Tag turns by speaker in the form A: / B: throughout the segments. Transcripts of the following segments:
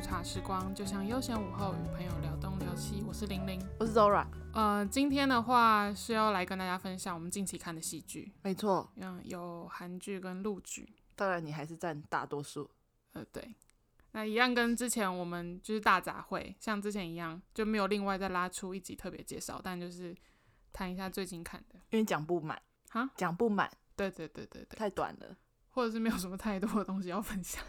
A: 茶时光，就像悠闲午后与朋友聊东聊西。我是玲玲，
B: 我是 Zora，
A: 呃，今天的话是要来跟大家分享我们近期看的戏剧，
B: 没错，
A: 嗯，有韩剧跟陆剧，
B: 当然你还是占大多数。
A: 呃，对。那一样跟之前我们就是大杂烩，像之前一样就没有另外再拉出一集特别介绍，但就是谈一下最近看的。
B: 因为讲不满
A: 哈，
B: 讲不满
A: 对对对对对，
B: 太短了。
A: 或者是没有什么太多的东西要分享。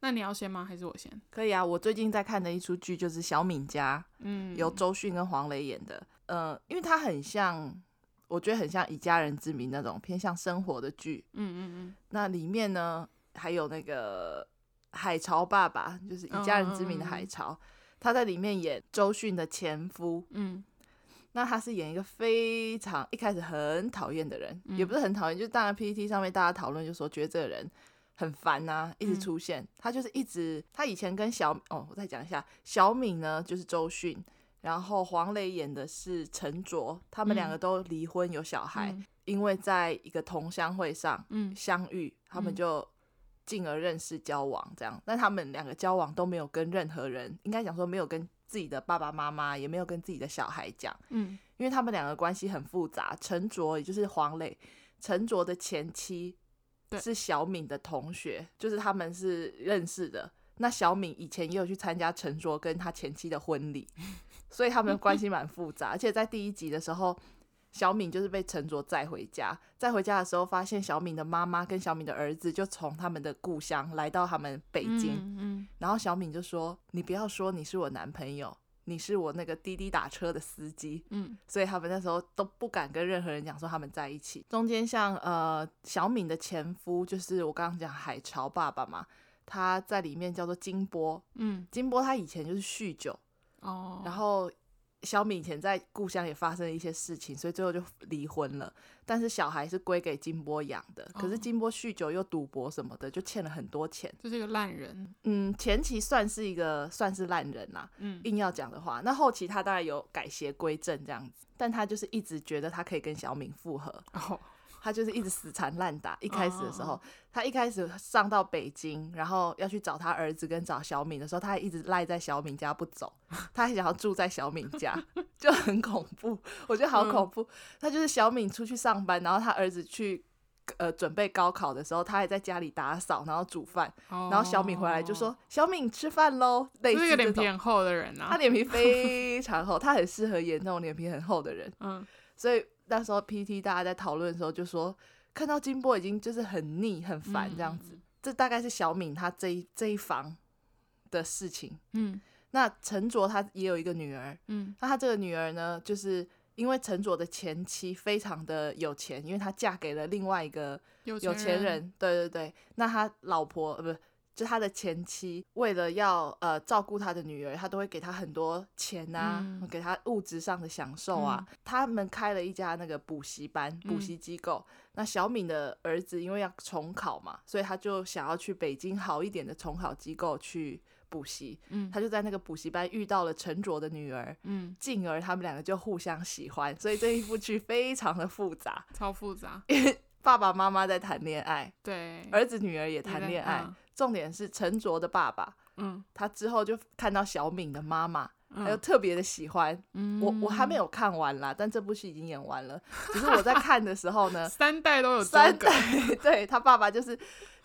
A: 那你要先吗？还是我先？
B: 可以啊，我最近在看的一出剧就是《小敏家
A: 嗯》，，
B: 由周迅跟黄磊演的。呃，因为它很像，我觉得很像以家人之名那种偏向生活的剧。
A: 嗯嗯
B: 那里面呢，还有那个海潮爸爸，就是以家人之
A: 嗯
B: 名的海潮，他在里面演周迅的前夫。
A: 嗯
B: 那他是演一个非常一开始很讨厌的人，
A: 嗯
B: 也不是很讨厌，就是当然 PPT 上面大家讨论就说觉得这个人很烦呐、一直
A: 嗯
B: 出现。他就是一直他以前跟小哦，我再讲一下，小敏呢就是周迅，然后黄磊演的是陈卓，他们
A: 嗯
B: 两个都离婚有小孩，
A: 嗯
B: 因为在一个同乡会上
A: 嗯
B: 相遇，他
A: 嗯
B: 们就进而认识交往这样。但他们两个交往都没有跟任何人，应该讲说没有跟自己的爸爸妈妈，也没有跟自己的小孩讲，
A: 嗯
B: 因为他们两个关系很复杂。陈卓也就是黄磊，陈卓的前妻
A: 对
B: 是小敏的同学，就是他们是认识的。那小敏以前也有去参加陈卓跟他前妻的 婚礼，所以他们的关系蛮复杂。而且在第一集的时候，小敏就是被陈卓载回家，载回家的时候发现小敏的妈妈跟小敏的儿子就从他们的故乡来到他们北京，
A: 嗯
B: 然后小敏就说：“你不要说你是我男朋友，你是我那个滴滴打车的司机。”
A: 嗯
B: 所以他们那时候都不敢跟任何人讲说他们在一起。中间像呃小敏的前夫，就是我刚刚讲海潮爸爸嘛，他在里面叫做金波，
A: 嗯
B: 金波他以前就是酗酒，
A: 哦，
B: 然后小敏以前在故乡也发生了一些事情，所以最后就离婚了。但是小孩是归给金波养的，可是
A: 哦
B: 金波酗酒又赌博什么的，就欠了很多钱。
A: 就是一个烂人，
B: 嗯，前期算是一个算是烂人啦、
A: 嗯
B: 硬要讲的话，那后期他当然有改邪归正这样子，但他就是一直觉得他可以跟小敏复合，
A: 哦，
B: 他就是一直死缠烂打。一开始的时
A: 哦
B: 候，他一开始上到北京，然后要去找他儿子跟找小敏的时候，他还一直赖在小敏家不走，他还想要住在小敏 家，就很恐怖，我觉得好恐怖。
A: 嗯
B: 他就是小敏出去上班，然后他儿子去。呃，准备高考的时候，他还在家里打扫，然后煮饭，
A: 然
B: 然后小敏回来就说：“小敏吃饭喽。”类
A: 哦就是一
B: 似
A: 个
B: 这
A: 脸
B: 种
A: 皮，很厚的人
B: 他
A: 啊，
B: 脸皮非常厚，他很适合演那种脸皮很厚的人。
A: 嗯
B: 所以那时候 PT 大家在讨论的时候就说，看到金波已经就是很腻、很烦这
A: 嗯
B: 样子。这大概是小敏她这一这一房的事情。
A: 嗯
B: 那陈卓他也有一个女儿，
A: 嗯
B: 那他这个女儿呢，就是因为陈卓的前妻非常的有钱，因为她嫁给了另外一个
A: 有
B: 有钱
A: 人，
B: 人，对对对。那他老婆呃，不是，就他的前妻，为了要呃照顾他的女儿，他都会给他很多钱啊，
A: 嗯
B: 给他物质上的享受啊。他们开了一家那个补习班、补
A: 嗯
B: 习机构。那小敏的儿子因为要重考嘛，所以他就想要去北京好一点的重考机构去补习。
A: 嗯
B: 他就在那个补习班遇到了陈卓的女儿。
A: 嗯，
B: 进而他们两个就互相喜欢，所以这一部剧非常的复杂，
A: 超复杂，
B: 爸爸妈妈在谈恋爱，
A: 对，
B: 儿子女儿也谈恋爱。重点是陈卓的爸爸，
A: 嗯，
B: 他之后就看到小敏的妈妈，
A: 嗯，
B: 他就特别的喜欢。
A: 嗯
B: 我我还没有看完啦，但这部戏已经演完了。只是我在看的时候 呢，
A: 嗯三代都有纠
B: 三
A: 葛
B: 代 对他爸爸就是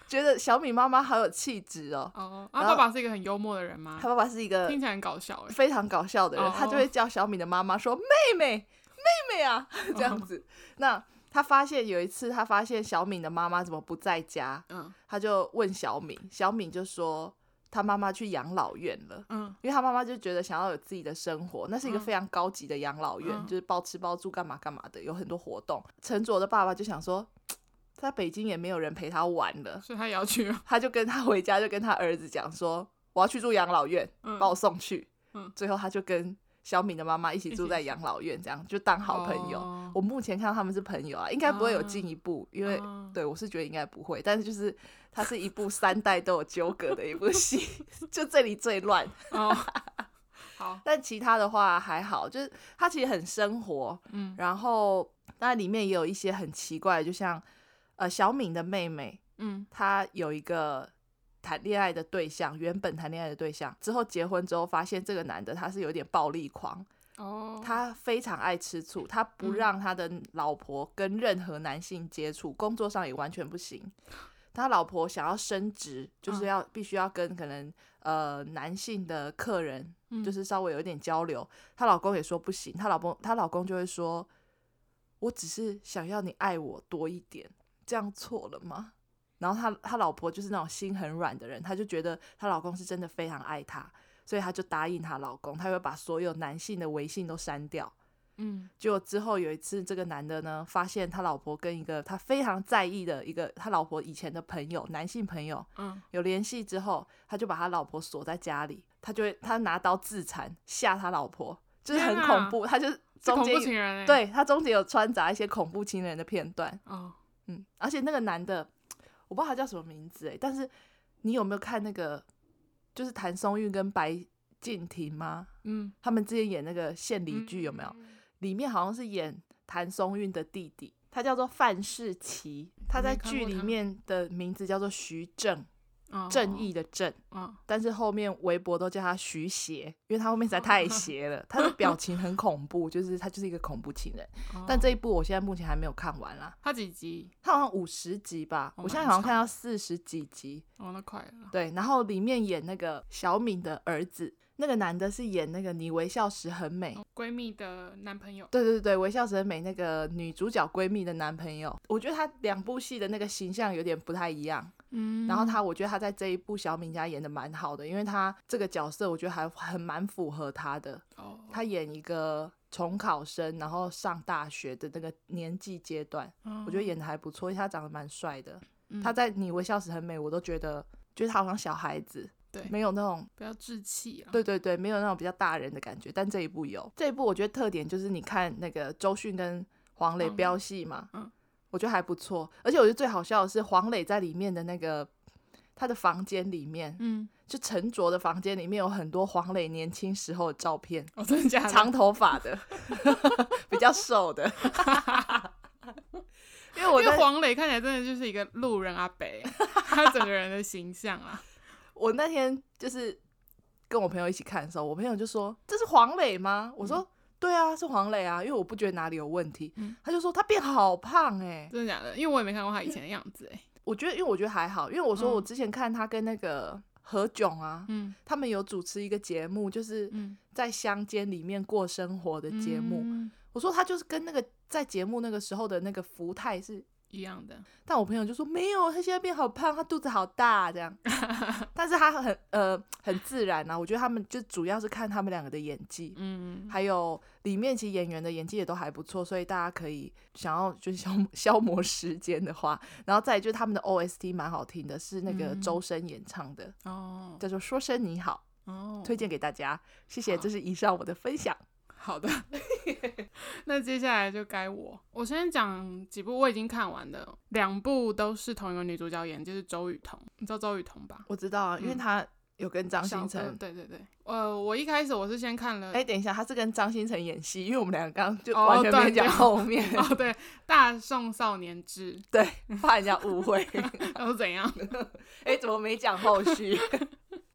B: 觉得小敏妈妈好有气质哦。
A: 哦，
B: 然
A: 啊，
B: 后
A: 爸爸是一个很幽默的人吗
B: 他？爸爸是一个
A: 嗯听起来很搞笑哎，
B: 非常搞笑的人，
A: 哦
B: 他就会叫小敏的妈妈说：“妹妹，妹妹啊， 这样子。”
A: 哦
B: 那他发现有一次，他发现小敏的妈妈怎么不在家，
A: 嗯
B: 他就问小敏，小敏就说他妈妈去养老院了，
A: 嗯
B: 因为他妈妈就觉得想要有自己的生活，那是一个
A: 嗯
B: 非常高级的养老院，
A: 嗯
B: 就是包吃包住，干嘛干嘛的，有很多活动。陈卓的爸爸就想说，嘖在北京也没有人陪他玩了，
A: 所以他也要去，
B: 他就跟他回家，就跟他儿子讲说，我要去住养老院，
A: 嗯，
B: 把我送去。
A: 嗯
B: 最后他就跟小敏的妈妈一起
A: 一
B: 住
A: 起
B: 在
A: 住
B: 养老院，这样就当好朋友。
A: 哦
B: 我目前看到他们是朋友啊，应该不会有
A: 啊
B: 进一步，因为
A: 啊
B: 对，我是觉得应该不会，但是就是它是一部三代都有纠葛的一部 戏，就这里最乱，
A: 哦，好，
B: 但其他的话还好，就是它其实很生活，
A: 嗯
B: 然后当然里面也有一些很奇怪的，就像呃小敏的妹妹，
A: 嗯
B: 她有一个谈恋爱的对象，原本谈恋爱的对象，之后结婚之后发现这个男的他是有点暴力狂，
A: 哦，
B: 他非常爱吃醋，他不
A: 嗯
B: 让他的老婆跟任何男性接触，工作上也完全不行。他老婆想要升职，就是
A: 嗯
B: 要必须要跟可能呃男性的客人，
A: 嗯
B: 就是稍微有一点交流。她老公也说不行，她老公她老公就会说：“我只是想要你爱我多一点，这样错了吗？”然后她她老婆就是那种心很软的人，她就觉得她老公是真的非常爱她，所以她就答应她老公，她会把所有男性的微信都删掉。
A: 嗯
B: 结果之后有一次，这个男的呢发现他老婆跟一个他非常在意的一个他老婆以前的朋友，男性朋友
A: 嗯，
B: 有联系之后，他就把他老婆锁在家里，他就会他拿刀自残吓他老婆，就是很
A: 天哪
B: 恐怖，他就是
A: 是
B: 中
A: 恐
B: 间
A: 怖情人哎、，
B: 对他中间有穿杂一些恐怖情人的片段，
A: 哦，
B: 嗯，而且那个男的，我不知道他叫什么名字哎，但是你有没有看那个就是谭松韵跟白敬亭吗？
A: 嗯，
B: 他们之前演那个献礼剧有没有？
A: 嗯？
B: 里面好像是演谭松韵的弟弟，他叫做范世奇，他在
A: 没看过
B: 剧里
A: 他
B: 面的名字叫做徐正，
A: 哦
B: 正义，的正，
A: 哦，
B: 但是后面微博都叫他徐邪，因为他后面实在太邪了，他的表情很恐怖，就是他就是一个恐怖情人。
A: 哦
B: 但这一部我现在目前还没有看完啦，
A: 他几集？
B: 他好像五十集吧，
A: 哦
B: 我现在
A: 蛮
B: 好像
A: 长
B: 看到四十几集，
A: 哦，那快了，
B: 对，然后里面演那个小敏的儿子，那个男的是演那个你微笑时很美，
A: 哦闺蜜的男朋友，
B: 对对对，微笑时很美那个女主角闺蜜的男朋友，我觉得他两部戏的那个形象有点不太一样。
A: 嗯
B: 然后他，我觉得他在这一部小敏家演的蛮好的，因为他这个角色我觉得还很蛮符合他的。
A: 哦，
B: 他演一个重考生，然后上大学的那个年纪阶段，我觉得演的还不错，因为他长得蛮帅的。
A: 嗯
B: 他在《你微笑时很美》，我都觉得就是他好像小孩子，
A: 对
B: 没有那种
A: 不要置气啊，
B: 对对对，没有那种比较大人的感觉，但这一部有。这一部我觉得特点就是你看那个周迅跟黄磊
A: 黄磊
B: 飙戏嘛，
A: 嗯
B: 我觉得还不错。而且我觉得最好笑的是黄磊在里面的那个他的房间里面，
A: 嗯，
B: 就陈卓的房间里面有很多黄磊年轻时候的照 片，
A: 哦，真的假的？
B: 长头发的， 比较瘦的。 因为我
A: 因为
B: 在
A: 黄磊看起来真的就是一个路人阿伯，欸他整个人的形象啊，
B: 我那天就是跟我朋友一起看的时候，我朋友就说：“这是黄磊吗？”我说：“对啊，是黄磊啊，因为我不觉得哪里有问题。
A: 嗯
B: 他就说：“他变好胖哎、
A: 真的假的？因为我也没看过他以前的样子哎、
B: 我觉得，因为我觉得还好，因为我说
A: 嗯
B: 我之前看他跟那个何炅啊，
A: 嗯
B: 他们有主持一个节目，就是
A: 嗯，
B: 在乡间里面过生活的节目。
A: 嗯
B: 我说他就是跟那个在节目那个时候的那个福泰是
A: 一样的，
B: 但我朋友就说没有，他现在变好胖，他肚子好大这样。 但是他很呃很自然啊，我觉得他们就主要是看他们两个的演技，
A: 嗯，
B: 还有里面其实演员的演技也都还不错，所以大家可以想要就是消消磨 时间的话，然后再来就是他们的 OST 蛮好听的，是那个
A: 嗯
B: 周深演唱的，
A: 哦
B: 叫做《说声你好》，
A: 哦，
B: 推荐给大家。谢谢，
A: 好
B: 这是以上我的分享。
A: 好的， 那接下来就该我，我先讲几部我已经看完的，两部都是同一个女主角演，就是周雨彤，你知道周雨彤吧？
B: 我知道啊，因为
A: 嗯
B: 他有跟张
A: 小
B: 新
A: 哥
B: 成。
A: 对对对，呃，我一开始我是先看了，
B: 哎、等一下，他是跟张新成演戏，因为我们两个刚刚就
A: 哦
B: 完全没
A: 断掉
B: 讲后面。
A: 哦对，《大宋少年志》
B: 对，怕人家误会。
A: 然后怎样？
B: 哎、怎么没讲后续？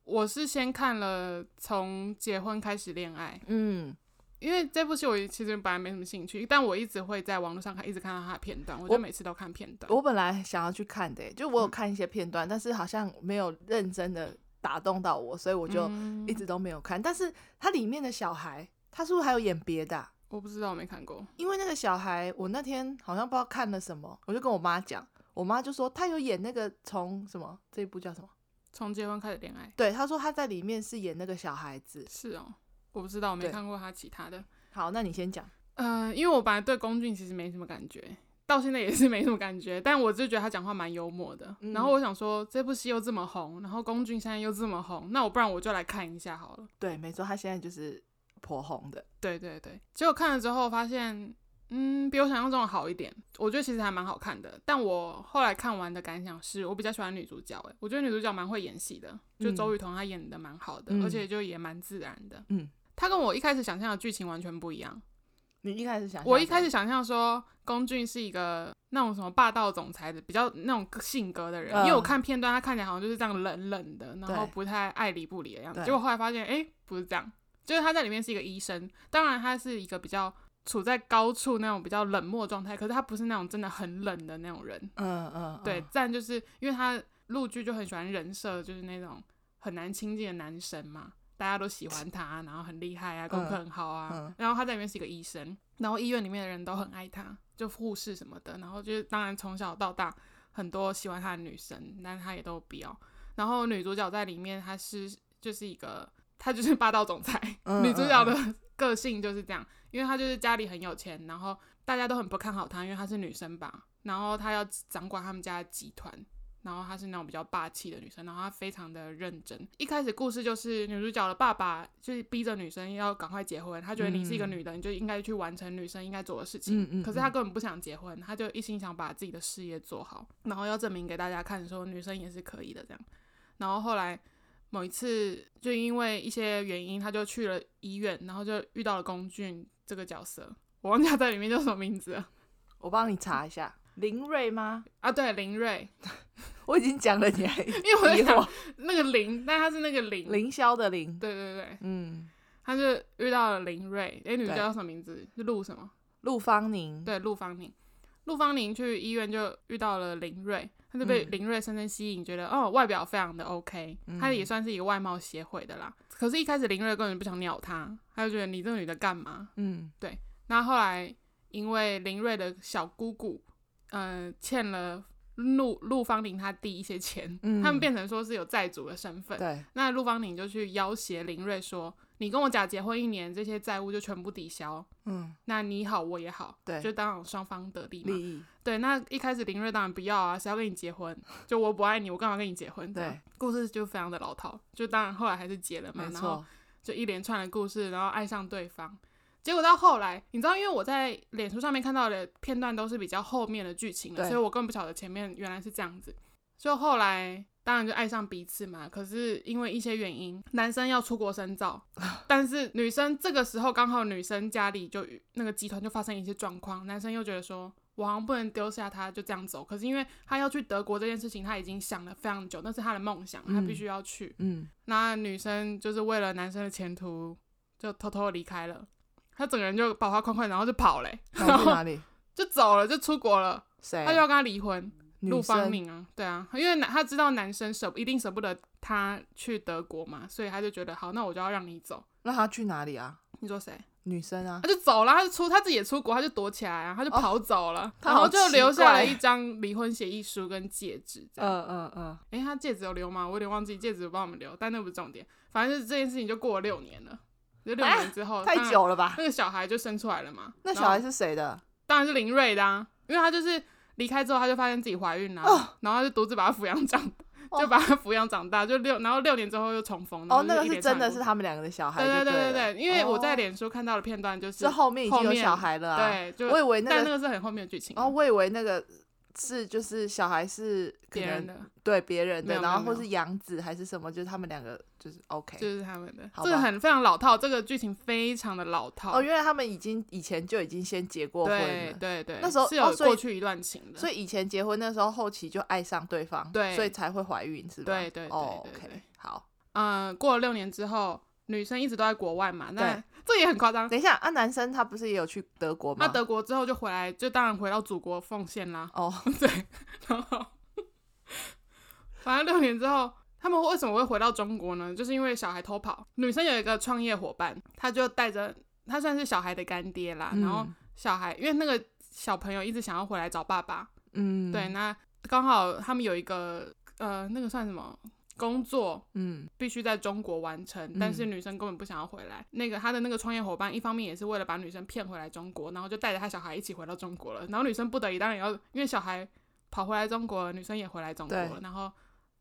A: 我是先看了《从结婚开始恋爱》，
B: 嗯，
A: 因为这部戏我其实本来没什么兴趣，但我一直会在网络上看，一直看到它的片段，我就
B: 我
A: 每次都看片段。
B: 我本来想要去看的、欸就我有看一些片段，但是好像没有认真的打动到我，所以我就
A: 嗯
B: 一直都没有看。但是它里面的小孩，他是不是还有演别的啊、
A: 我不知道，我没看过。
B: 因为那个小孩，我那天好像不知道看了什么，我就跟我妈讲，我妈就说他有演那个从什么这一部叫什么？
A: 从结婚开始恋爱
B: 对，她说他在里面是演那个小孩子。
A: 是哦，我不知道，我没
B: 对
A: 看过他其他的。
B: 好，那你先讲。
A: 呃，因为我本来对龚俊其实没什么感觉，到现在也是没什么感觉，但我就觉得他讲话蛮幽默的。
B: 嗯
A: 然后我想说，这部戏又这么红，然后龚俊现在又这么红，那我不然我就来看一下好了。
B: 对，没错，他现在就是颇红的。
A: 对对对，结果看了之后发现，嗯，比我想象中的好一点。我觉得其实还蛮好看的，但我后来看完的感想是我比较喜欢女主角、欸，我觉得女主角蛮会演戏的，就
B: 嗯
A: 周雨彤她演的蛮好的，
B: 嗯
A: 而且就也蛮自然的。
B: 嗯，
A: 她跟我一开始想象的剧情完全不一样。
B: 你一开始想象的，
A: 我一开始想象说龚俊是一个那种什么霸道总裁的比较那种性格的人，
B: 嗯
A: 因为我看片段，他看起来好像就是这样冷冷的，然后
B: 对
A: 不太爱理不理的样子。
B: 对
A: 结果后来发现，哎、不是这样，就是他在里面是一个医生，当然他是一个比较处在高处那种比较冷漠的状态，可是他不是那种真的很冷的那种人。
B: 嗯嗯，
A: 对
B: 嗯，
A: 但就是因为他陆剧就很喜欢人设，就是那种很难亲近的男神嘛，大家都喜欢他，然后很厉害啊，功课很好啊。
B: 嗯
A: 然后他在里面是一个医生，然后医院里面的人都很爱他，就护士什么的。然后就是当然从小到大很多喜欢他的女生，但他也都不要。然后女主角在里面，她是就是一个，她就是霸道总裁。
B: 嗯
A: 女主角的个性就是这样，因为她就是家里很有钱，然后大家都很不看好她，因为她是女生吧，然后她要掌管他们家的集团。然后她是那种比较霸气的女生，然后她非常的认真。一开始故事就是女主角的爸爸就是逼着女生要赶快结婚，他觉得你是一个
B: 嗯
A: 女的，你就应该去完成女生应该做的事情。
B: 嗯嗯，
A: 可是他
B: 嗯
A: 根本不想结婚，他就一心想把自己的事业做好，然后要证明给大家看，说女生也是可以的这样。然后后来某一次，就因为一些原因，他就去了医院，然后就遇到了龚俊这个角色，我忘记他在里面叫什么名字了
B: 我帮你查一下，林瑞吗？
A: 啊，对，林瑞，
B: 我已经讲了，你 还
A: 因为我在
B: 疑
A: 想
B: 惑
A: 那个林，但他是那个林，
B: 凌霄的凌，
A: 对对对，
B: 嗯，
A: 他就遇到了林瑞，诶，女主角
B: 对
A: 叫什么名字？是陆什么？
B: 陆芳宁，
A: 对，陆芳宁。陆芳宁去医院就遇到了林瑞，她就被
B: 嗯
A: 林瑞深深吸引，觉得哦外表非常的 OK，她也
B: 嗯
A: 算是一个外貌协会的啦。可是，一开始林瑞根本不想鸟她，她就觉得你这个女的干嘛？
B: 嗯
A: 那后来因为林瑞的小姑姑，嗯、欠了陆陆芳宁她弟一些钱，
B: 嗯
A: 他们变成说是有债主的身份。
B: 对，
A: 那陆芳宁就去要挟林瑞说：“你跟我假结婚一年，这些债务就全部抵消，
B: 嗯
A: 那你好我也好，
B: 对
A: 就当然双方得利嘛。”
B: 利益，
A: 对，那一开始林瑞当然不要啊，谁要跟你结婚？就我不爱你，我干嘛跟你结婚？这样
B: 对，
A: 故事就非常的老套，就当然后来还是结了嘛
B: 没，
A: 然后
B: 错，
A: 就一连串的故事，然后爱上对方。结果到后来，你知道，因为我在脸书上面看到的片段都是比较后面的剧情了，
B: 对
A: 所以我根本不晓得前面原来是这样子。就后来当然就爱上彼此嘛，可是因为一些原因，男生要出国深 造，但是女生这个时候刚好女生家里就那个集团就发生一些状况，男生又觉得说。我好像不能丢下他就这样走，可是因为他要去德国这件事情，他已经想了非常久，那是他的梦想，他
B: 嗯
A: 必须要去。
B: 嗯，
A: 那女生就是为了男生的前途，就偷偷地离开了。她整个人就把花框框，然后就跑嘞、
B: 跑去哪 里？
A: 就走了，就出国了。
B: 谁？
A: 她就要跟他离婚，
B: 女
A: 陆芳
B: 生
A: 宁啊，对啊，因为男她知道男生舍一定舍不得她去德国嘛，所以她就觉得好，那我就要让你走。
B: 那她去哪里啊？
A: 你说谁？
B: 女生啊哦
A: 她，就走了，她就出，她自己也出国，她就躲起来啊，她就跑走了，
B: 她
A: 然
B: 好
A: 后就留下了
B: 奇怪
A: 一张离婚协议书跟戒指，这样。
B: 嗯嗯嗯，
A: 诶，她戒指有留吗？我有点忘记戒指有帮我们留，但那不是重点。反正就是这件事情就过了六年了，就六
B: 啊
A: 年之后，
B: 太
A: 当然
B: 久了吧？
A: 那个小孩就生出来了嘛。
B: 那
A: 然
B: 小孩
A: 后
B: 是谁的？
A: 当然是林瑞的、啊，因为她就是离开之后，她就发现自己怀孕了、啊
B: 哦
A: 然后就独自把她抚养长，
B: 哇
A: 就把她抚养长大，就六，然后六年之后又重逢。然
B: 哦
A: 后，
B: 那
A: 就
B: 个
A: 嗯一
B: 是
A: 连串
B: 真的是
A: 故事
B: 他们两个的小孩就
A: 对
B: 了，
A: 对对，因为我在
B: 哦
A: 脸书看到的片段就是
B: 这后面已
A: 后
B: 经有
A: 面
B: 小孩了啊。
A: 对，就
B: 我以为那
A: 但那个
B: 个，
A: 是很后面的剧情啊，
B: 哦，我以为那个是就是小孩是可
A: 别人
B: 能
A: 的
B: 对别人
A: 没有
B: 的，然后
A: 没有
B: 或是养子还是什么，就是他们两个就是 OK。
A: 就是他们的，
B: 好
A: 这个
B: 吧
A: 很非常老套，这个剧情非常的老套。
B: 哦，原来他们已经以前就已经先结过婚
A: 对
B: 了，
A: 对对，
B: 那时候
A: 是
B: 哦
A: 有
B: 所以
A: 过去一段情的，
B: 所
A: 以
B: 以以前结婚那时候后期就爱上对方，
A: 对
B: 所以才会怀孕，是吧？
A: 对对对
B: 哦
A: 对对
B: ，OK，好。
A: 嗯，过了六年之后，女生一直都在国外嘛，那
B: 对
A: 这也很夸张。
B: 等一下啊，男生他不是也有去德国吗？
A: 那德国之后就回来，就当然回到祖国奉献啦。
B: 哦，
A: 然后，反正六年之后，他们为什么会回到中国呢？就是因为小孩偷跑。女生有一个创业伙伴，她就带着她算是小孩的干爹啦，然
B: 嗯
A: 后小孩因为那个小朋友一直想要回来找爸爸，
B: 嗯，嗯
A: 对，，那刚好他们有一个呃那个算什么工作，
B: 嗯
A: 必须在中国完成，但是女生根本不想要回来。那个他的那个创业伙伴，一方面也是为了把女生骗回来中国，然后就带着他小孩一起回到中国了。然后女生不得已当然也要，因为小孩跑回来中国了，女生也回来中国了，
B: 对
A: 然后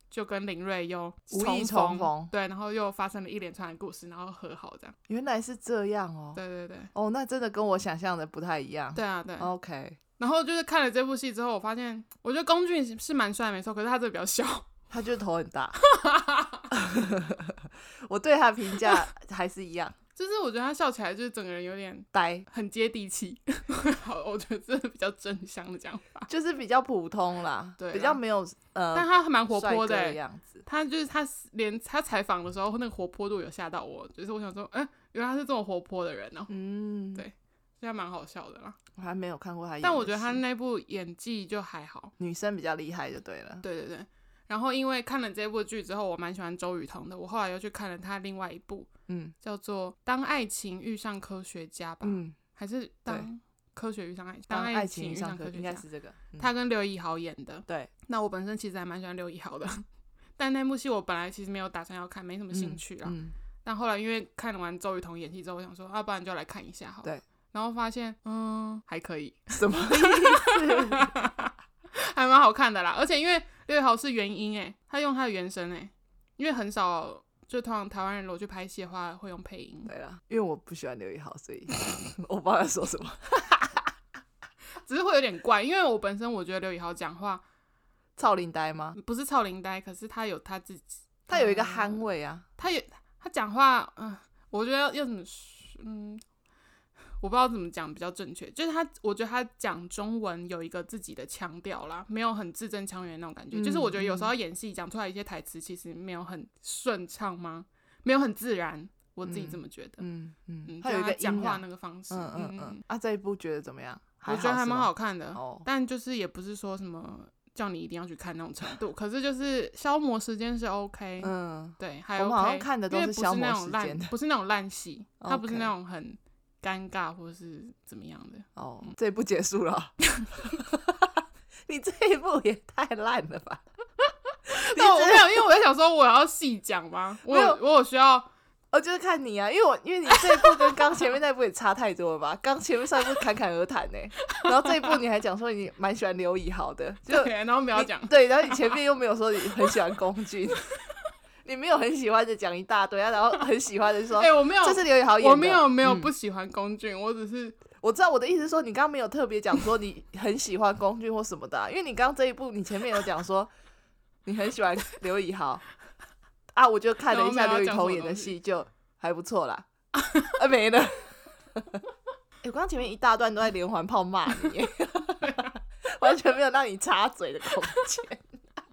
A: 就跟林瑞又
B: 无意重逢
A: 对，然后又发生了一连串的故事，然后和好这样。
B: 原来是这样哦，
A: 对对对，
B: 哦，那真的跟我想象的不太一样。
A: 对啊对。
B: OK，
A: 然后就是看了这部戏之后，我发现我觉得龚俊是是蛮帅没错，可是他这个比较小。
B: 他 就是头很大，我对他的评价还是一样，
A: 就是我觉得他笑起来就是整个人有点
B: 呆，
A: 很接地气， 好，我觉得这是比较正向的讲法。
B: 就是比较普通啦，
A: 对啦
B: 比较没有呃，
A: 但他还蛮活
B: 帅
A: 泼的、
B: 哥的
A: 欸，
B: 样 子。
A: 他就是他连他采访的时候那个活泼度有吓到我，就是我想说，嗯、原来他是这么活泼的人哦、
B: 嗯，
A: 对所以还蛮好笑的啦。
B: 我还没有看过他演的戏，
A: 但我觉得他那部演技就还好，
B: 女生比较厉害就对了。
A: 对对对。然后因为看了这部剧之后，我蛮喜欢周雨彤的，我后来又去看了他另外一部
B: 嗯
A: 叫做《当爱情遇上科学家》吧，
B: 嗯，
A: 还是当科学遇上爱，
B: 当
A: 爱
B: 情
A: 遇
B: 上
A: 科
B: 课
A: 学
B: 应该
A: 家，
B: 是这个。嗯
A: 他跟刘以豪演的。
B: 对，
A: 那我本身其实还蛮喜欢刘以豪的， 但那部戏我本来其实没有打算要看，没什么兴趣啊啦。
B: 嗯，
A: 但后来因为看完周雨彤演戏之后，我想说，要、啊不然就来看一下好了。
B: 对。
A: 然后发现，嗯，还可以，
B: 什么意思？
A: 还蛮好看的啦。而且因为六豪是原音诶，他用他的原声诶，因为很少，就通常台湾人如果去拍戏的话会用配音，
B: 对了，因为我不喜欢刘一豪， 所以我不知道要说什么，
A: 只是会有点怪。因为我本身我觉得刘以豪讲话
B: 超龄呆吗？
A: 不是超龄呆，可是他有他自己，
B: 他有一个
A: 嗯
B: 憨味啊，
A: 他也他讲话，嗯、我觉得要要怎么说，嗯，我不知道怎么讲比较正确，就是他，我觉得他讲中文有一个自己的腔调啦，没有很字正腔圆那种感觉。
B: 嗯
A: 就是我觉得有时候演戏讲出来一些台词，其实没有很顺畅吗？没有很自然，我自己这么觉得。嗯
B: 嗯嗯，
A: 就
B: 有一
A: 他
B: 个
A: 讲
B: 音
A: 话
B: 啊，
A: 那个方式，
B: 嗯嗯
A: 嗯
B: 嗯，啊，这一部觉得怎么样？
A: 我觉得还
B: 是
A: 蛮
B: 吗
A: 好看的，
B: 哦，
A: 但就是也不是说什么叫你一定要去看那种程度，可是就是消磨时间是 OK，
B: 嗯，
A: 对，还
B: 我
A: OK，
B: 们好像看的都
A: 因为
B: 是
A: 不
B: 消
A: 是
B: 磨
A: 那
B: 时
A: 种烂
B: 间的，
A: 不是那种烂戏，它不是
B: OK
A: 那种很尴尬或是怎么样 的。
B: 哦，这一部结束了， 你这一部也太烂了 吧？你
A: 但我
B: 只
A: 没有，因为我在想说我要细讲吗？我
B: 没
A: 有
B: 有
A: 我有需要，
B: 我就是看你啊，因为我因为你这一部跟刚前面那一部也差太多了吧？ 刚前面上一部侃侃而谈呢、然后这一部你还讲说你蛮喜欢刘以豪 的，就
A: 对，然后不
B: 不
A: 要讲，
B: 对，然后你前面又没有说你很喜欢龚俊， 你没有很喜欢的讲一大堆啊，然后很喜欢 的说、
A: 哎，我没有，
B: 这是刘以豪演的，
A: 我没有没有
B: 嗯
A: 不喜欢龚俊，我只是
B: 我知道我的意思是说，你刚刚没有特别讲说你很喜欢龚俊或什么的啊、因为你刚刚这一部，你前面有讲说你很喜欢刘以豪啊，我就看了一下刘雨彤演的戏，就还不错啦，啊没了。欸我刚刚前面一大段都在连环炮骂你耶， 完全没有让你插嘴的空间。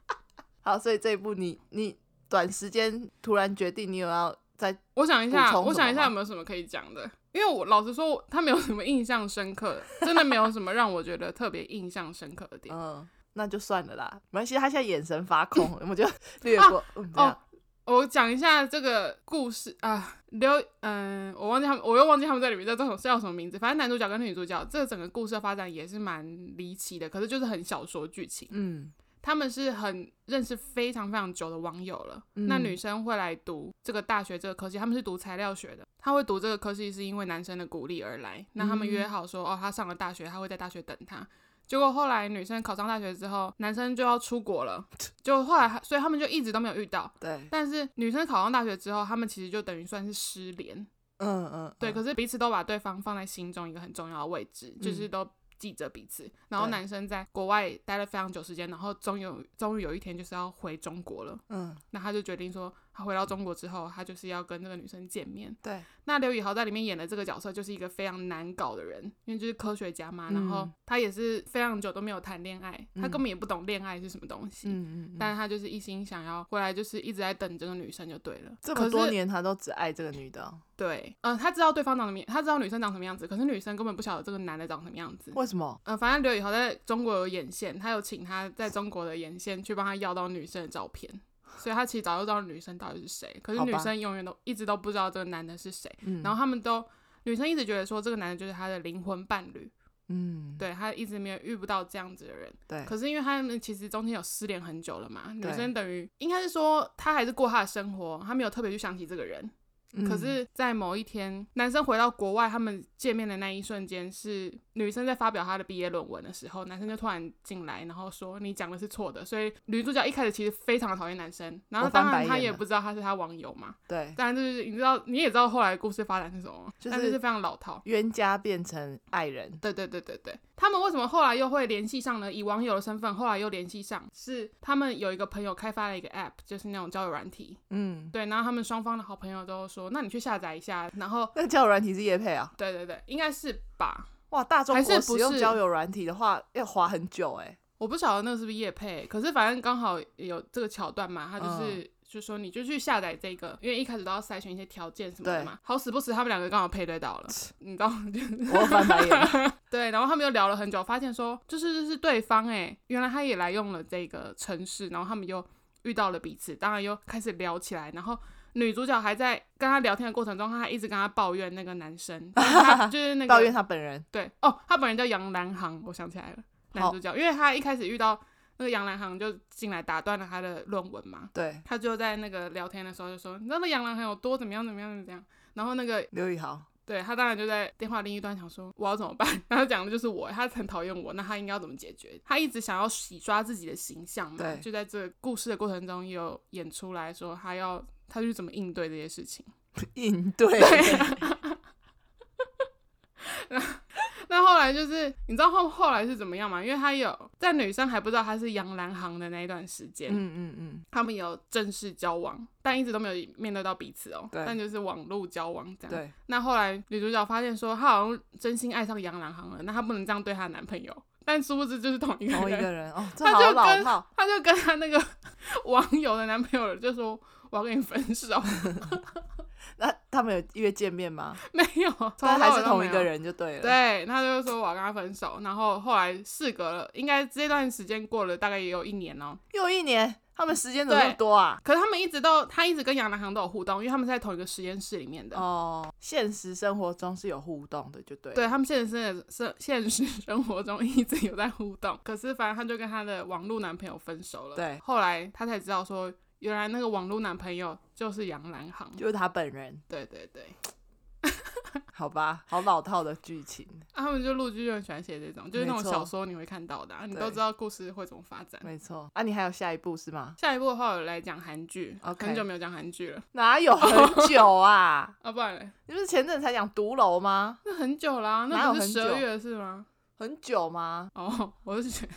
B: 好，所以这一部你你短时间突然决定你有要在
A: 我想一下，
B: 补充
A: 我想一
B: 什么
A: 下
B: 吗
A: 有没有什么可以讲的，因为我老实说，他没有什么印象深刻的，真的没有什么让我觉得特别印象深刻的点。
B: 嗯，那就算了啦，没关系。他现在眼神发 空，我们就略
A: 啊
B: 过。嗯，这
A: 哦
B: 样，
A: 我讲一下这个故事啊，刘嗯、我忘记他们，我又忘记他们在里面叫叫叫什么名字。反正男主角跟女主角这整个故事的发展也是蛮离奇的，可是就是很小说剧情。
B: 嗯
A: 他们是很认识非常非常久的网友了。
B: 嗯
A: 那女生会来读这个大学这个科系，他们是读材料学的。她会读这个科系是因为男生的鼓励而来。那他们约好说，哦，她上了大学，她会在大学等她。结果后来女生考上大学之后，男生就要出国了，就后来所以他们就一直都没有遇到。
B: 对，
A: 但是女生考上大学之后，他们其实就等于算是失联，
B: 嗯嗯，
A: 对。
B: 嗯
A: 可是彼此都把对方放在心中一个很重要的位置，就是都记着彼此。然后
B: 对
A: 男生在国外待了非常久时间，然后终于终于有一天就是要回中国了，
B: 嗯，
A: 那他就决定说，他回到中国之后，他就是要跟这个女生见面。
B: 对，
A: 那刘宇豪在里面演的这个角色就是一个非常难搞的人，因为就是科学家嘛，
B: 嗯
A: 然后他也是非常久都没有谈恋爱，他
B: 嗯
A: 根本也不懂恋爱是什么东西。
B: 嗯嗯嗯。
A: 但他就是一心想要回来，就是一直在等这个女生就对了。
B: 这
A: 可
B: 么
A: 是
B: 多年他都只爱这个女的哦，
A: 对，嗯、他知道对方长什么样，他知道女生长什么样子，可是女生根本不晓得这个男的长什么样子。
B: 为什么？
A: 呃，反正刘以豪在中国有眼线，他有请他在中国的眼线去帮他要到女生的照片，所以他其实早就知道女生到底是谁，可是
B: 好吧
A: 女生永远都一直都不知道这个男的是谁，
B: 嗯，
A: 然后
B: 后
A: 他们都女生一直觉得说这个男的就是她的灵魂伴侣，
B: 嗯，
A: 对她一直没有遇不到这样子的人。
B: 对，
A: 可是因为他们其实中间有失联很久了嘛，女
B: 对
A: 生等于应该是说她还是过她的生活，她没有特别去想起这个人。
B: 嗯
A: 可是，在某一天，男生回到国外，他们见面的那一瞬间，是女生在发表她的毕业论文的时候，男生就突然进来，然后说：“你讲的是错的。”所以女主角一开始其实非常的讨厌男生，然后
B: 我翻
A: 当然
B: 白
A: 她
B: 眼
A: 也
B: 了
A: 不知道他是她网友嘛，
B: 对，
A: 当然就是你知道你也知道后来故事发展是什么吗，
B: 就是
A: 但就是非常老套。
B: 冤家变成爱人，
A: 对对对对对，他们为什么后来又会联系上呢？以网友的身份，后来又联系上，是他们有一个朋友开发了一个 app，就是那种交友软体，
B: 嗯，
A: 对，然后他们双方的好朋友都说，那你去下载一下，然后
B: 那交友软体是叶配啊？
A: 对对对，应该是吧？
B: 哇，大中
A: 还是
B: 国
A: 不
B: 使用
A: 是
B: 交友软体的话，要滑很久 哎、
A: 我不晓得那个是不是叶配，可是反正刚好有这个桥段嘛，他就是、就说你就去下载这个，因为一开始都要筛选一些条件什么的
B: 对
A: 嘛。好死不死，他们两个刚好配对到了，你知道吗？就是
B: 我翻白眼了。
A: 对，然后他们又聊了很久，发现说就是这是对方哎、原来他也来用了这个城市，然后他们又遇到了彼此，当然又开始聊起来，然后。女主角还在跟他聊天的过程中，她还一直跟他抱怨那个男生，就是他就是那个
B: 抱怨他本人，
A: 对哦，他本人叫杨澜行，我想起来了，男
B: 好
A: 主角，因为他一开始遇到那个杨澜行就进来打断了他的论文嘛，
B: 对，
A: 他就在那个聊天的时候就说，你知道那杨澜行有多怎么样怎么样怎么样，然后那个
B: 刘 宇豪，
A: 对他当然就在电话另一端想说我要怎么办， 然后讲的就是我，他很讨厌我，那他应该要怎么解决？他一直想要洗刷自己的形象嘛
B: 对，
A: 就在这个故事的过程中也有演出来说他要他去怎么应对这些事情。
B: 应对，
A: 那后来就是你知道后后来是怎么样吗？因为他有在女生还不知道他是杨澜行的那一段时间，
B: 嗯嗯嗯，
A: 他们有正式交往，但一直都没有面对到彼此哦、
B: 对
A: 但就是网络交往这样。
B: 对，
A: 那后来女主角发现说，她好像真心爱上杨澜行了，那她不能这样对她的男朋友，但殊不知就是同一个人。
B: 同一个人哦，这
A: 他
B: 好
A: 就
B: 老
A: 跟
B: 套，
A: 她就跟她那个 网友的男朋友就说。我要跟你分手，
B: 那他们有约见面吗？
A: 没有，
B: 但
A: 从头到
B: 还
A: 尾
B: 是
A: 都
B: 同
A: 没
B: 一
A: 有
B: 个人就对了。，
A: 对，他就说我要跟他分手，然后后来事隔了，应该这段时间过了大概也有一年哦、
B: 又一年，他们时间怎么那么
A: 对
B: 多啊？
A: 可是他们一直都，他一直跟杨澜行都有互动，因为他们是在同一个实验室里面的。
B: 哦，现实生活中是有互动的，就对。
A: 对，他们现实生生现实生活中一直有在互动，可是反正她就跟她的网络男朋友分手了。
B: 对
A: 后来她才知道说，原来那个网络男朋友就是杨澜行。
B: 就是他本人，
A: 对对对，
B: 好吧，好老套的剧情，
A: 啊、他们就陆剧就很喜欢写这种，就是那
B: 没
A: 种
B: 错
A: 小说你会看到的、啊，你都
B: 对
A: 知道故事会怎么发展。
B: 没 错。啊，你还有下一步是吗？
A: 下一步的话，我来讲韩剧
B: OK
A: 很久没有讲韩剧了
B: 哪有很久啊？
A: 啊，不然嘞
B: 你不是前阵才讲独楼吗？
A: 那很久啦、
B: 哪
A: 那
B: 有
A: 不是
B: 很
A: 十
B: 久
A: 二月的事吗？
B: 很久吗？
A: 哦，我是觉得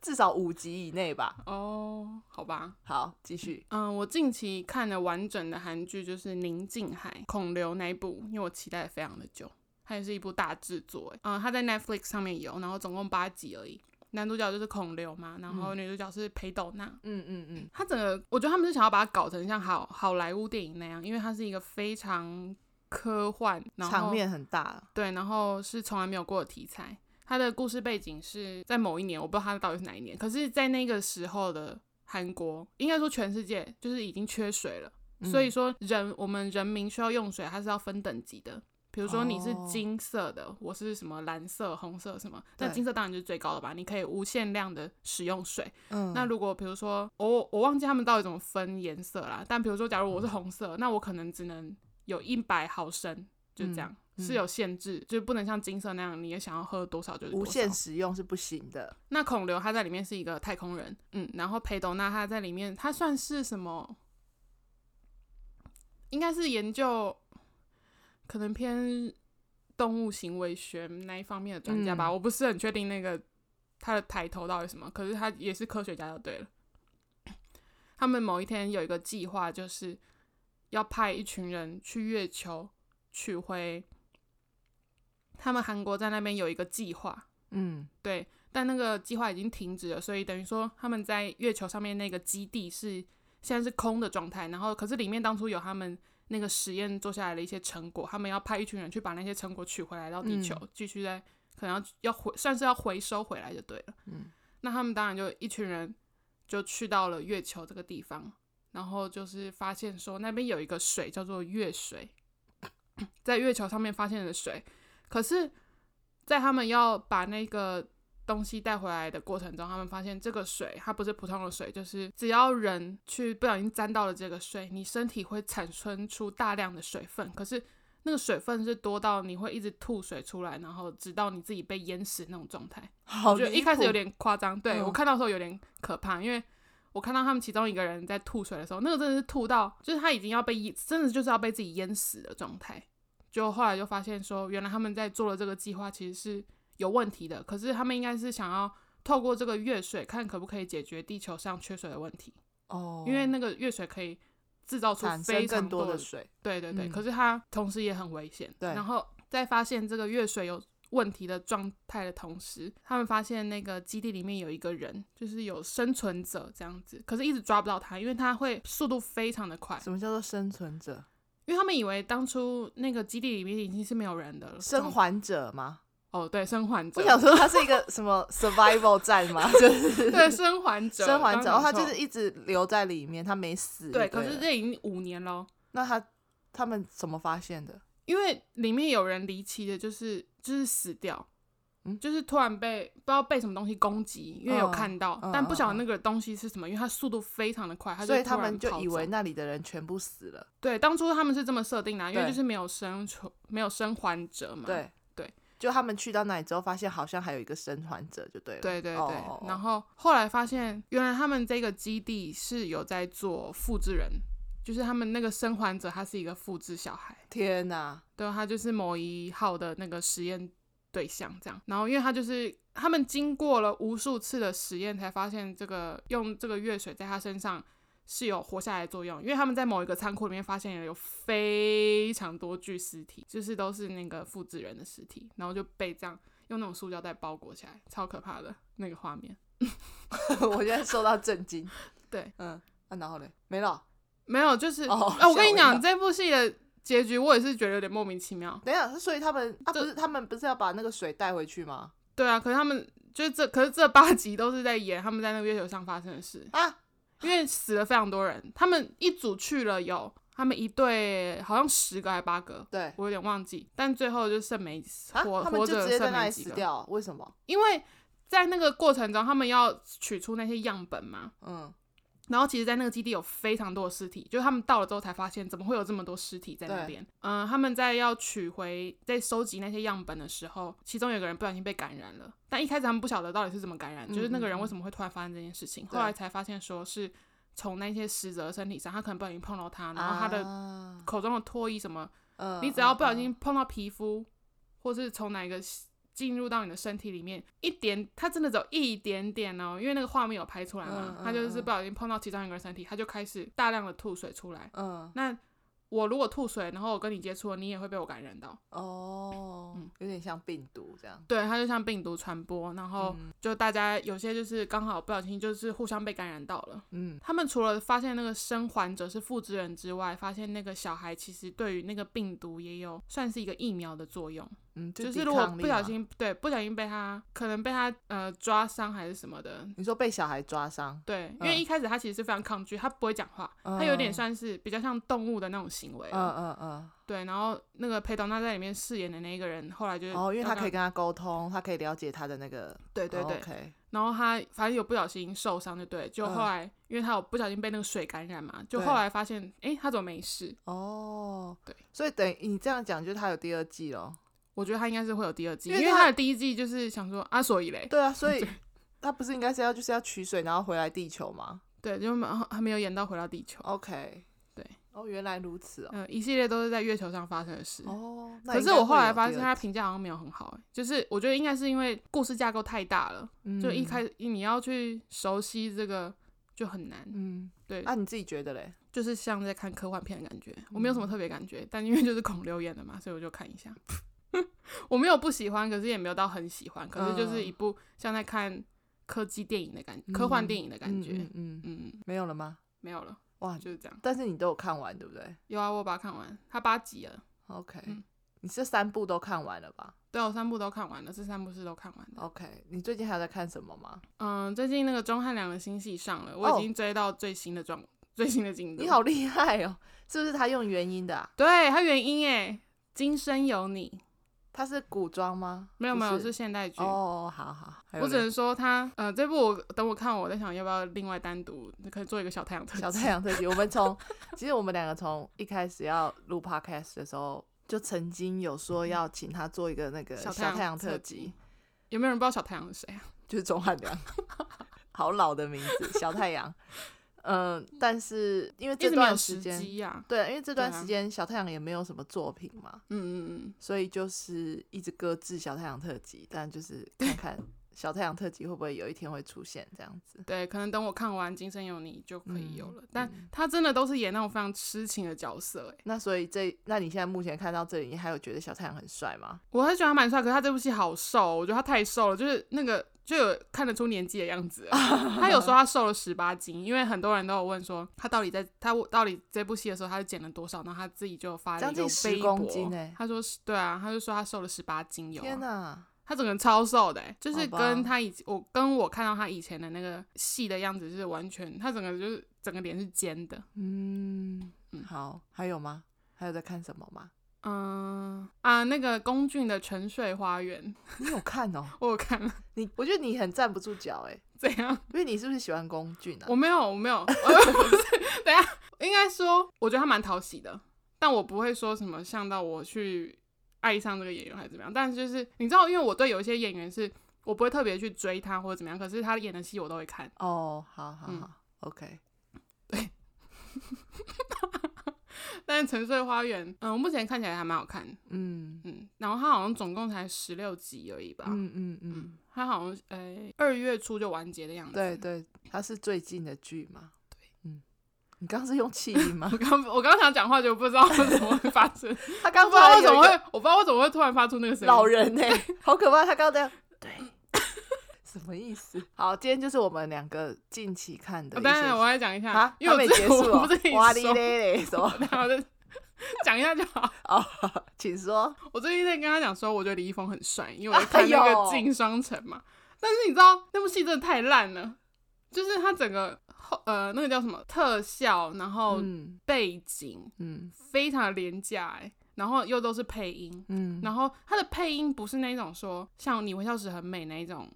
B: 至少五集以内吧。
A: 哦，好吧，
B: 好，继续。
A: 嗯，我近期看的完整的韩剧就是《宁静海》孔刘那一部，因为我期待了非常的久，它也是一部大制作欸。嗯，它在 Netflix 上面有，然后总共八集而已。男主角就是孔刘嘛，然后女主角是裴斗娜。
B: 嗯嗯嗯，
A: 他整个，我觉得他们是想要把它搞成像好好莱坞电影那样，因为它是一个非常科幻，然后
B: 场面很大了。
A: 对，然后是从来没有过的题材。它的故事背景是在某一年，我不知道它到底是哪一年，可是，在那个时候的韩国，应该说全世界就是已经缺水了，
B: 嗯
A: 所以说人我们人民需要用水，它是要分等级的。比如说你是
B: 哦
A: 金色的，我是什么蓝色、红色什么，那
B: 对
A: 金色当然就是最高的吧，你可以无限量的使用水。
B: 嗯，
A: 那如果比如说我我忘记他们到底怎么分颜色啦，但比如说假如我是
B: 嗯
A: 红色，那我可能只能有一百毫升，就这样、
B: 嗯
A: 是有限制，就不能像金色那样，你也想要喝多少就是多
B: 无
A: 少
B: 限使用是不行的。
A: 那孔刘他在里面是一个太空人，嗯，然后裴斗娜她在里面，她算是什么？应该是研究可能偏动物行为学那一方面的专家吧，
B: 嗯
A: 我不是很确定那个他的抬头到底是什么，可是他也是科学家就对了。他们某一天有一个计划，就是要派一群人去月球取回。他们韩国在那边有一个计划，
B: 嗯，
A: 对，但那个计划已经停止了，所以等于说他们在月球上面那个基地是现在是空的状态。然后，可是里面当初有他们那个实验做下来的一些成果，他们要派一群人去把那些成果取回来到地球，继续在可能要要回算是要回收回来就对了。
B: 嗯，
A: 那他们当然就一群人就去到了月球这个地方，然后就是发现说那边有一个水叫做月水，在月球上面发现的水，可是，在他们要把那个东西带回来的过程中，他们发现这个水它不是普通的水，就是只要人去不小心沾到了这个水，你身体会产生出大量的水分，可是那个水分是多到你会一直吐水出来，然后直到你自己被淹死那种状态。
B: 好
A: 我觉得
B: 哦离
A: 一开始
B: 谱
A: 有点夸张，对、
B: 嗯
A: 我看到的时候有点可怕，因为我看到他们其中一个人在吐水的时候，那个真的是吐到，就是他已经要被淹，真的就是要被自己淹死的状态。就后来就发现说，原来他们在做的这个计划其实是有问题的，可是他们应该是想要透过这个月水看可不可以解决地球上缺水的问题，
B: 哦，
A: 因为那个月水可以制造出
B: 产
A: 非
B: 生
A: 常
B: 更多
A: 的
B: 的水。
A: 对对对，
B: 嗯
A: 可是它同时也很危险。
B: 对
A: 然后在发现这个越水有问题的状态的同时，他们发现那个基地里面有一个人，就是有生存者这样子，可是一直抓不到他，因为他会速度非常的快，
B: 什么叫做生存者、
A: 因为他们以为当初那个基地里面已经是没有人的了。
B: 生还者吗？
A: 哦，对，生还
B: 我
A: 者，
B: 想 说，它是一个 什么 survival 战吗？就是
A: 对，生还者，
B: 生还者，然后他
A: 刚刚讲
B: 就
A: 错
B: 是一直留在里面，他没死。
A: 对，可是
B: 了
A: 这已经五年喽，
B: 那他他们怎么发现的？
A: 因为里面有人离奇的，就是就是死掉，
B: 嗯
A: 就是突然被不知道被什么东西攻击，因为有
B: 嗯
A: 看到，
B: 嗯
A: 但不晓得
B: 嗯嗯
A: 那个东西是什么，因为它速度非常的快，它
B: 所以
A: 突
B: 他
A: 然
B: 们就
A: 跑
B: 以为
A: 走
B: 那里的人全部死了。
A: 对，当初他们是这么设定的啊、因为
B: 对
A: 就是没有生存，没有生还者嘛，
B: 对
A: 对，
B: 就他们去到那里之后，发现好像还有一个生还者，就对了。
A: 对对对，
B: 哦哦哦
A: 然后后来发现原来他们这个基地是有在做复制人，就是他们那个生还者他是一个复制小孩。
B: 天哪！
A: 对，啊他就是某一号的那个实验对象这样。然后因为他就是他们经过了无数次的实验，才发现这个用这个月水在他身上是有活下来的作用。因为他们在某一个仓库里面发现有非常多具尸体，就是都是那个复制人的尸体，然后就被这样。用那种塑胶袋包裹起来，超可怕的那个画面。
B: 我现在受到震惊。
A: 对，
B: 嗯，啊，然后嘞，没了。
A: 没有，就是
B: 哦
A: 啊，我跟
B: 吓我
A: 你
B: 一
A: 讲，
B: 跳
A: 这部戏的结局我也是觉得有点莫名其妙。
B: 等一下，所以他们啊，
A: 这
B: 不是他们不是要把那个水带回去吗？
A: 对啊，可是他们就是这，可是这八集都是在演他们在那个月球上发生的事，
B: 啊，
A: 因为死了非常多人，他们一组去了有他们一队好像十个还八个，
B: 对
A: 我有点忘记，但最后就剩没
B: 啊，
A: 活
B: 他们
A: 活
B: 就
A: 着
B: 直接在
A: 剩
B: 那
A: 没
B: 里
A: 几
B: 死
A: 个，
B: 掉，为什么？
A: 因为在那个过程中他们要取出那些样本嘛。
B: 嗯，
A: 然后其实，在那个基地有非常多的尸体，就是他们到了之后才发现，怎么会有这么多尸体在那
B: 对
A: 边？嗯、他们在要取回、在收集那些样本的时候，其中有个人不小心被感染了，但一开始他们不晓得到底是怎么感染，
B: 嗯
A: 就是那个人
B: 嗯
A: 为什么会突然发生这件事情，
B: 对
A: 后来才发现说是从那些死者的身体上，他可能不小心碰到他，然后他
B: 啊
A: 的
B: 的，
A: 口中的唾液什么，
B: 嗯
A: 你只要不小，
B: 嗯
A: 心碰到皮肤，或是从哪一个进入到你的身体里面一点，它真的只有一点点哦，因为那个画面有拍出来嘛，
B: 嗯
A: 它就是
B: 嗯嗯
A: 不小心碰到其中一个人身体，它就开始大量的吐水出来。
B: 嗯，嗯
A: 那我如果吐水，然后我跟你接触了，你也会被我感染到。
B: 哦
A: 嗯，
B: 有点像病毒这样。
A: 对，它就像病毒传播，然后
B: 嗯
A: 就大家有些就是刚好不小心就是互相被感染到了。
B: 嗯，
A: 他们除了发现那个生还者是复制人之外，发现那个小孩其实对于那个病毒也有算是一个疫苗的作用。
B: 嗯，
A: 就
B: 就是抵
A: 如果
B: 抗力
A: 不小
B: 嘛，
A: 心对不小心被他可能被他呃抓伤还是什么的，
B: 你说被小孩抓伤，
A: 对，因
B: 嗯
A: 为一开始他其实是非常抗拒，他不会讲话，他有点算是比较像动物的那种行为
B: 嗯，
A: 了，
B: 嗯嗯
A: 对。然后那个裴斗娜在里面饰演的那一个人，后来就是
B: 嗯，哦，因为
A: 要
B: 他可
A: 跟
B: 以跟他沟通，他可以了解他的那个，
A: 对对
B: 哦
A: 对，
B: ，OK，
A: 然后他反正有不小心受伤，就对，就
B: 嗯
A: 后来因为他有不小心被那个水感染嘛，就
B: 对
A: 后来发现诶，他怎么没事？
B: 哦，
A: 对，
B: 所以等于你这样讲，就是他有第二季咯。
A: 我觉得他应该是会有第二季，
B: 因
A: 因
B: 为
A: 为
B: 他
A: 他的第一季就是想说啊，所以嘞，
B: 对 啊，所以他不是应该是要就是要取水，然后回来地球吗
A: 对，就没有还没有演到回到地球，
B: ？OK，
A: 对，
B: 哦，原来如此哦。
A: 嗯、一系列都是在月球上发生的事。
B: 哦，那
A: 可
B: 应
A: 是
B: 该
A: 我后
B: 会
A: 来
B: 有
A: 发
B: 第
A: 现它
B: 二季，
A: 评价好像没有很好、欸，就是我觉得应该是因为故事架构太大了，就一
B: 嗯，
A: 开你要去熟悉这个就很难，
B: 嗯，
A: 对，
B: 啊，你自己觉得嘞？
A: 就是像在看科幻片的感觉。我没有什么
B: 嗯
A: 特别感觉，但因为就是孔刘演的嘛，所以我就看一下。 我没有不喜欢，可是也没有到很喜欢，可是就是
B: 嗯
A: 一部像在看科技电影的感科幻电影的感
B: 嗯
A: 觉。
B: 嗯嗯，
A: 嗯，
B: 没有了吗？
A: 没有了，
B: 哇，
A: 就是这样。
B: 但是你都有看完对不对
A: 有啊，我把它看完，它八集了。
B: ？OK，
A: 嗯
B: 你这三部都看完了吧
A: 对啊，我三部都看完了，这三部是都看完的。
B: ？OK，你最近还有在看什么吗？
A: 嗯，最近那个钟汉良的新戏上了，我
B: 哦
A: 已经追到最新的状、最新的进度。
B: 你，好厉害哦！是不是他用原音的啊？
A: 对他原音哎，《今生有你》
B: 他是古装吗？
A: 没有
B: 不
A: 没有
B: 是
A: 是现代剧。
B: 哦，好好，还有
A: 我只
B: 嘞
A: 能说他，呃，这部我等我看完，我在想要不要另外单独可以做一个小太阳特辑。
B: 小太阳特辑，我们从其实我们两个从一开始要录 podcast 的时候，就曾经有说要请他做一个那个
A: 小
B: 小
A: 太阳
B: 太阳特
A: 特
B: 辑
A: 辑，有没有人不知道小太阳是谁啊？
B: 就是钟汉良，好老的名字，小太阳。嗯、但是因为
A: 一
B: 这
A: 直没有
B: 段时
A: 时
B: 间，
A: 机呀。
B: 对，因为这段
A: 对啊
B: 时间小太阳也没有什么作品嘛，
A: 嗯嗯嗯，
B: 所以就是一直搁置小太阳特辑，但就是看看小太阳特辑会不会有一天会出现这样子？
A: 对，可能等我看完《今生有你》就可以有了。
B: 嗯
A: 但他真的都是演那种非常痴情的角色、欸，
B: 那所以这，那你现在目前看到这里，你还有觉得小太阳很帅吗？
A: 我很喜欢他蛮帅，可是他这部戏好瘦，我觉得他太瘦了，就是那个就有看得出年纪的样子了。他有说他瘦了十八斤，因为很多人都有问说他到底在他到底这部戏的时候他是减了多少，然后他自己就发了一个
B: 将近10
A: 微博
B: 公斤欸
A: 他说是对啊，他就说他瘦了十八斤有、
B: 天
A: 啊，
B: 哪、
A: 他整个人超瘦的欸、就是
B: 好吧
A: 跟他以我跟我看到他以前的那个戏的样子是完全，他整个就是整个脸是尖的。
B: 嗯
A: 嗯，
B: 好，还有吗？还有在看什么吗？
A: 嗯啊，那个龚俊的《沉睡花园》，
B: 你有看 哦？
A: 我有看了，
B: 你我觉得你很站不住脚哎、
A: 怎样？
B: 因为你是不是喜欢龚俊啊？
A: 我没有，我没 有，呃不是等一下，应该说，我觉得他蛮讨喜的，但我不会说什么像到我去爱上这个演员还是怎么样。但是就是你知道，因为我对有一些演员是我不会特别去追他或者怎么样，可是他演的戏我都会 看。
B: 哦，好好好、
A: 嗯
B: o k
A: 但是《沉睡花园》嗯，我目前看起来还蛮好看，
B: 嗯
A: 嗯，然后他好像总共才十六集而已吧，
B: 嗯嗯嗯，
A: 他好像呃二月初就完结的样子。
B: 对，对，它是最近的剧嘛？对，嗯，你刚刚是用气 音吗
A: 我？刚我刚想讲话就不知道为什么会发出， 我
B: 他刚
A: 不知道
B: 刚
A: 为什么会，我不知道为什么会突然发出那个声音。
B: 老人呢、 好可怕！他刚刚这样，对， 什么意思？好，今天就是我们两个近期看的
A: 哦
B: 一
A: 当然，
B: 些
A: 我来讲一下，
B: 啊，
A: 因为
B: 还
A: 我
B: 没
A: 之
B: 结
A: 前
B: 束
A: 我
B: 哦
A: 不是跟，你
B: 哇哩
A: 说，
B: 嘞嘞，什么？
A: 然后就 讲一下就好。
B: 哦，请说。
A: 我最近在跟他讲说，我觉得李易峰很帅，因为我在
B: 哎
A: 看
B: 呦
A: 那个《镜双城》嘛。但是你知道那部戏真的太烂了，就是他整个后呃那个叫什么特效，然后
B: 嗯
A: 背景
B: 嗯
A: 非常廉价、欸，然后又都是配音，
B: 嗯，
A: 然后他的配音不是那种说像你微笑时很美那一种，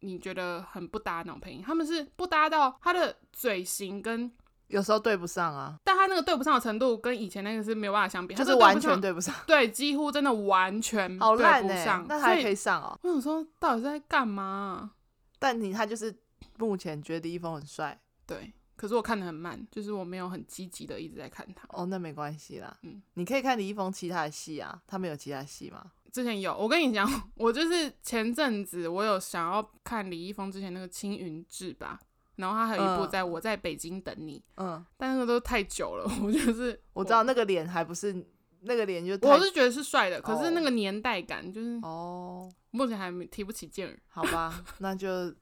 A: 你觉得很不搭那种配音，他们是不搭到他的嘴型跟
B: 有时候对不上啊，
A: 但他那个对不上的程度跟以前那个是没有办法相比，
B: 就
A: 他
B: 是
A: 这个
B: 完
A: 对不
B: 全
A: 上
B: 对不上，
A: 对，几乎真的完全
B: 好
A: 对
B: 烂
A: 不
B: 哎、
A: 上。
B: 那
A: 所
B: 还
A: 以
B: 可以上哦，
A: 我想说，到底是在干嘛啊、
B: 但你他就是目前觉得李易峰很帅
A: 对，可是我看的很慢，就是我没有很积极的一直在看他。
B: 哦，那没关系啦，
A: 嗯
B: 你可以看李易峰其他的戏啊，他没有其他戏吗？
A: 之前有，我跟你讲， 我就是前阵子我有想要看李易峰之前那个《青云志》吧，然后他还有一部
B: 嗯
A: 在《我在北京等你》，
B: 嗯，
A: 但那个都太久了， 我 就是
B: 我知道那个脸还不是那个脸就太
A: 我，我是觉得是帅的，可是
B: 哦
A: 那个年代感就是
B: 哦，
A: 目前还没提不起劲儿。
B: 好吧，那就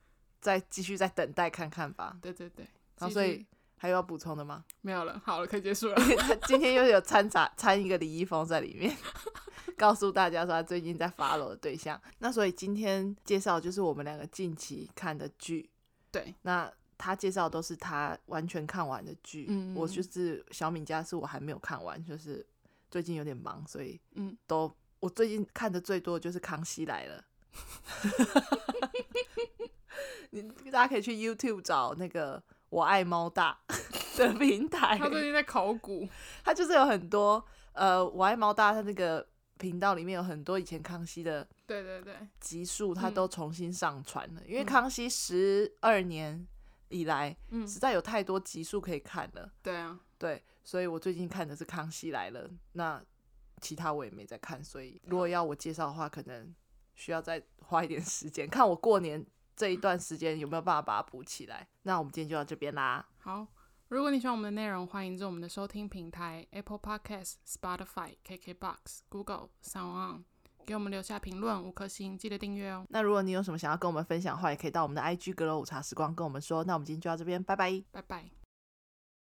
B: 再继续再等待看看吧。
A: 对对对，
B: 然后
A: 其
B: 哦所
A: 实
B: 以还有要补充的吗？
A: 没有了，好了，可以结束了。
B: 因为他 今天又有掺杂掺一个李易峰在里面， 告诉大家说他最近在 follow 的对象。那所以今天介绍就是我们两个近期看的剧，
A: 对，
B: 那他介绍都是他完全看完的剧。
A: 嗯
B: 我就是小敏家是我还没有看完，就是最近有点忙，所以
A: 嗯，
B: 都我最近看的最多就是《康熙来了》。 你大家可以去 YouTube 找那个“我爱猫大”的平 台，
A: 他最近在考古，
B: 他就是有很多呃，我爱猫大他那个频道里面有很多以前康熙的
A: 对对对，
B: 集数，他
A: 嗯
B: 都重新上传了，因为
A: 嗯
B: 康熙十二年以来，
A: 嗯，
B: 实在有太多集数可以看了，
A: 对啊，
B: 对，所以我最近看的是《康熙来了》，那其他我也没在看，所以如果要我介绍的话，可能需要再花一点时间，看我过年这一段时间有没有办法把它补起来。那我们今天就到这边啦，
A: 好。如果你喜欢我们的内容，欢迎在我们的收听平台 Apple Podcast、Spotify、KKBox、Google、Sound On 给我们留下评论五颗星，记得订阅哦，
B: 那如果你有什么想要跟我们分享的话，也可以到我们的 IG 阁楼午茶时光跟我们说。那我们今天就到这边，拜拜。
A: 拜拜。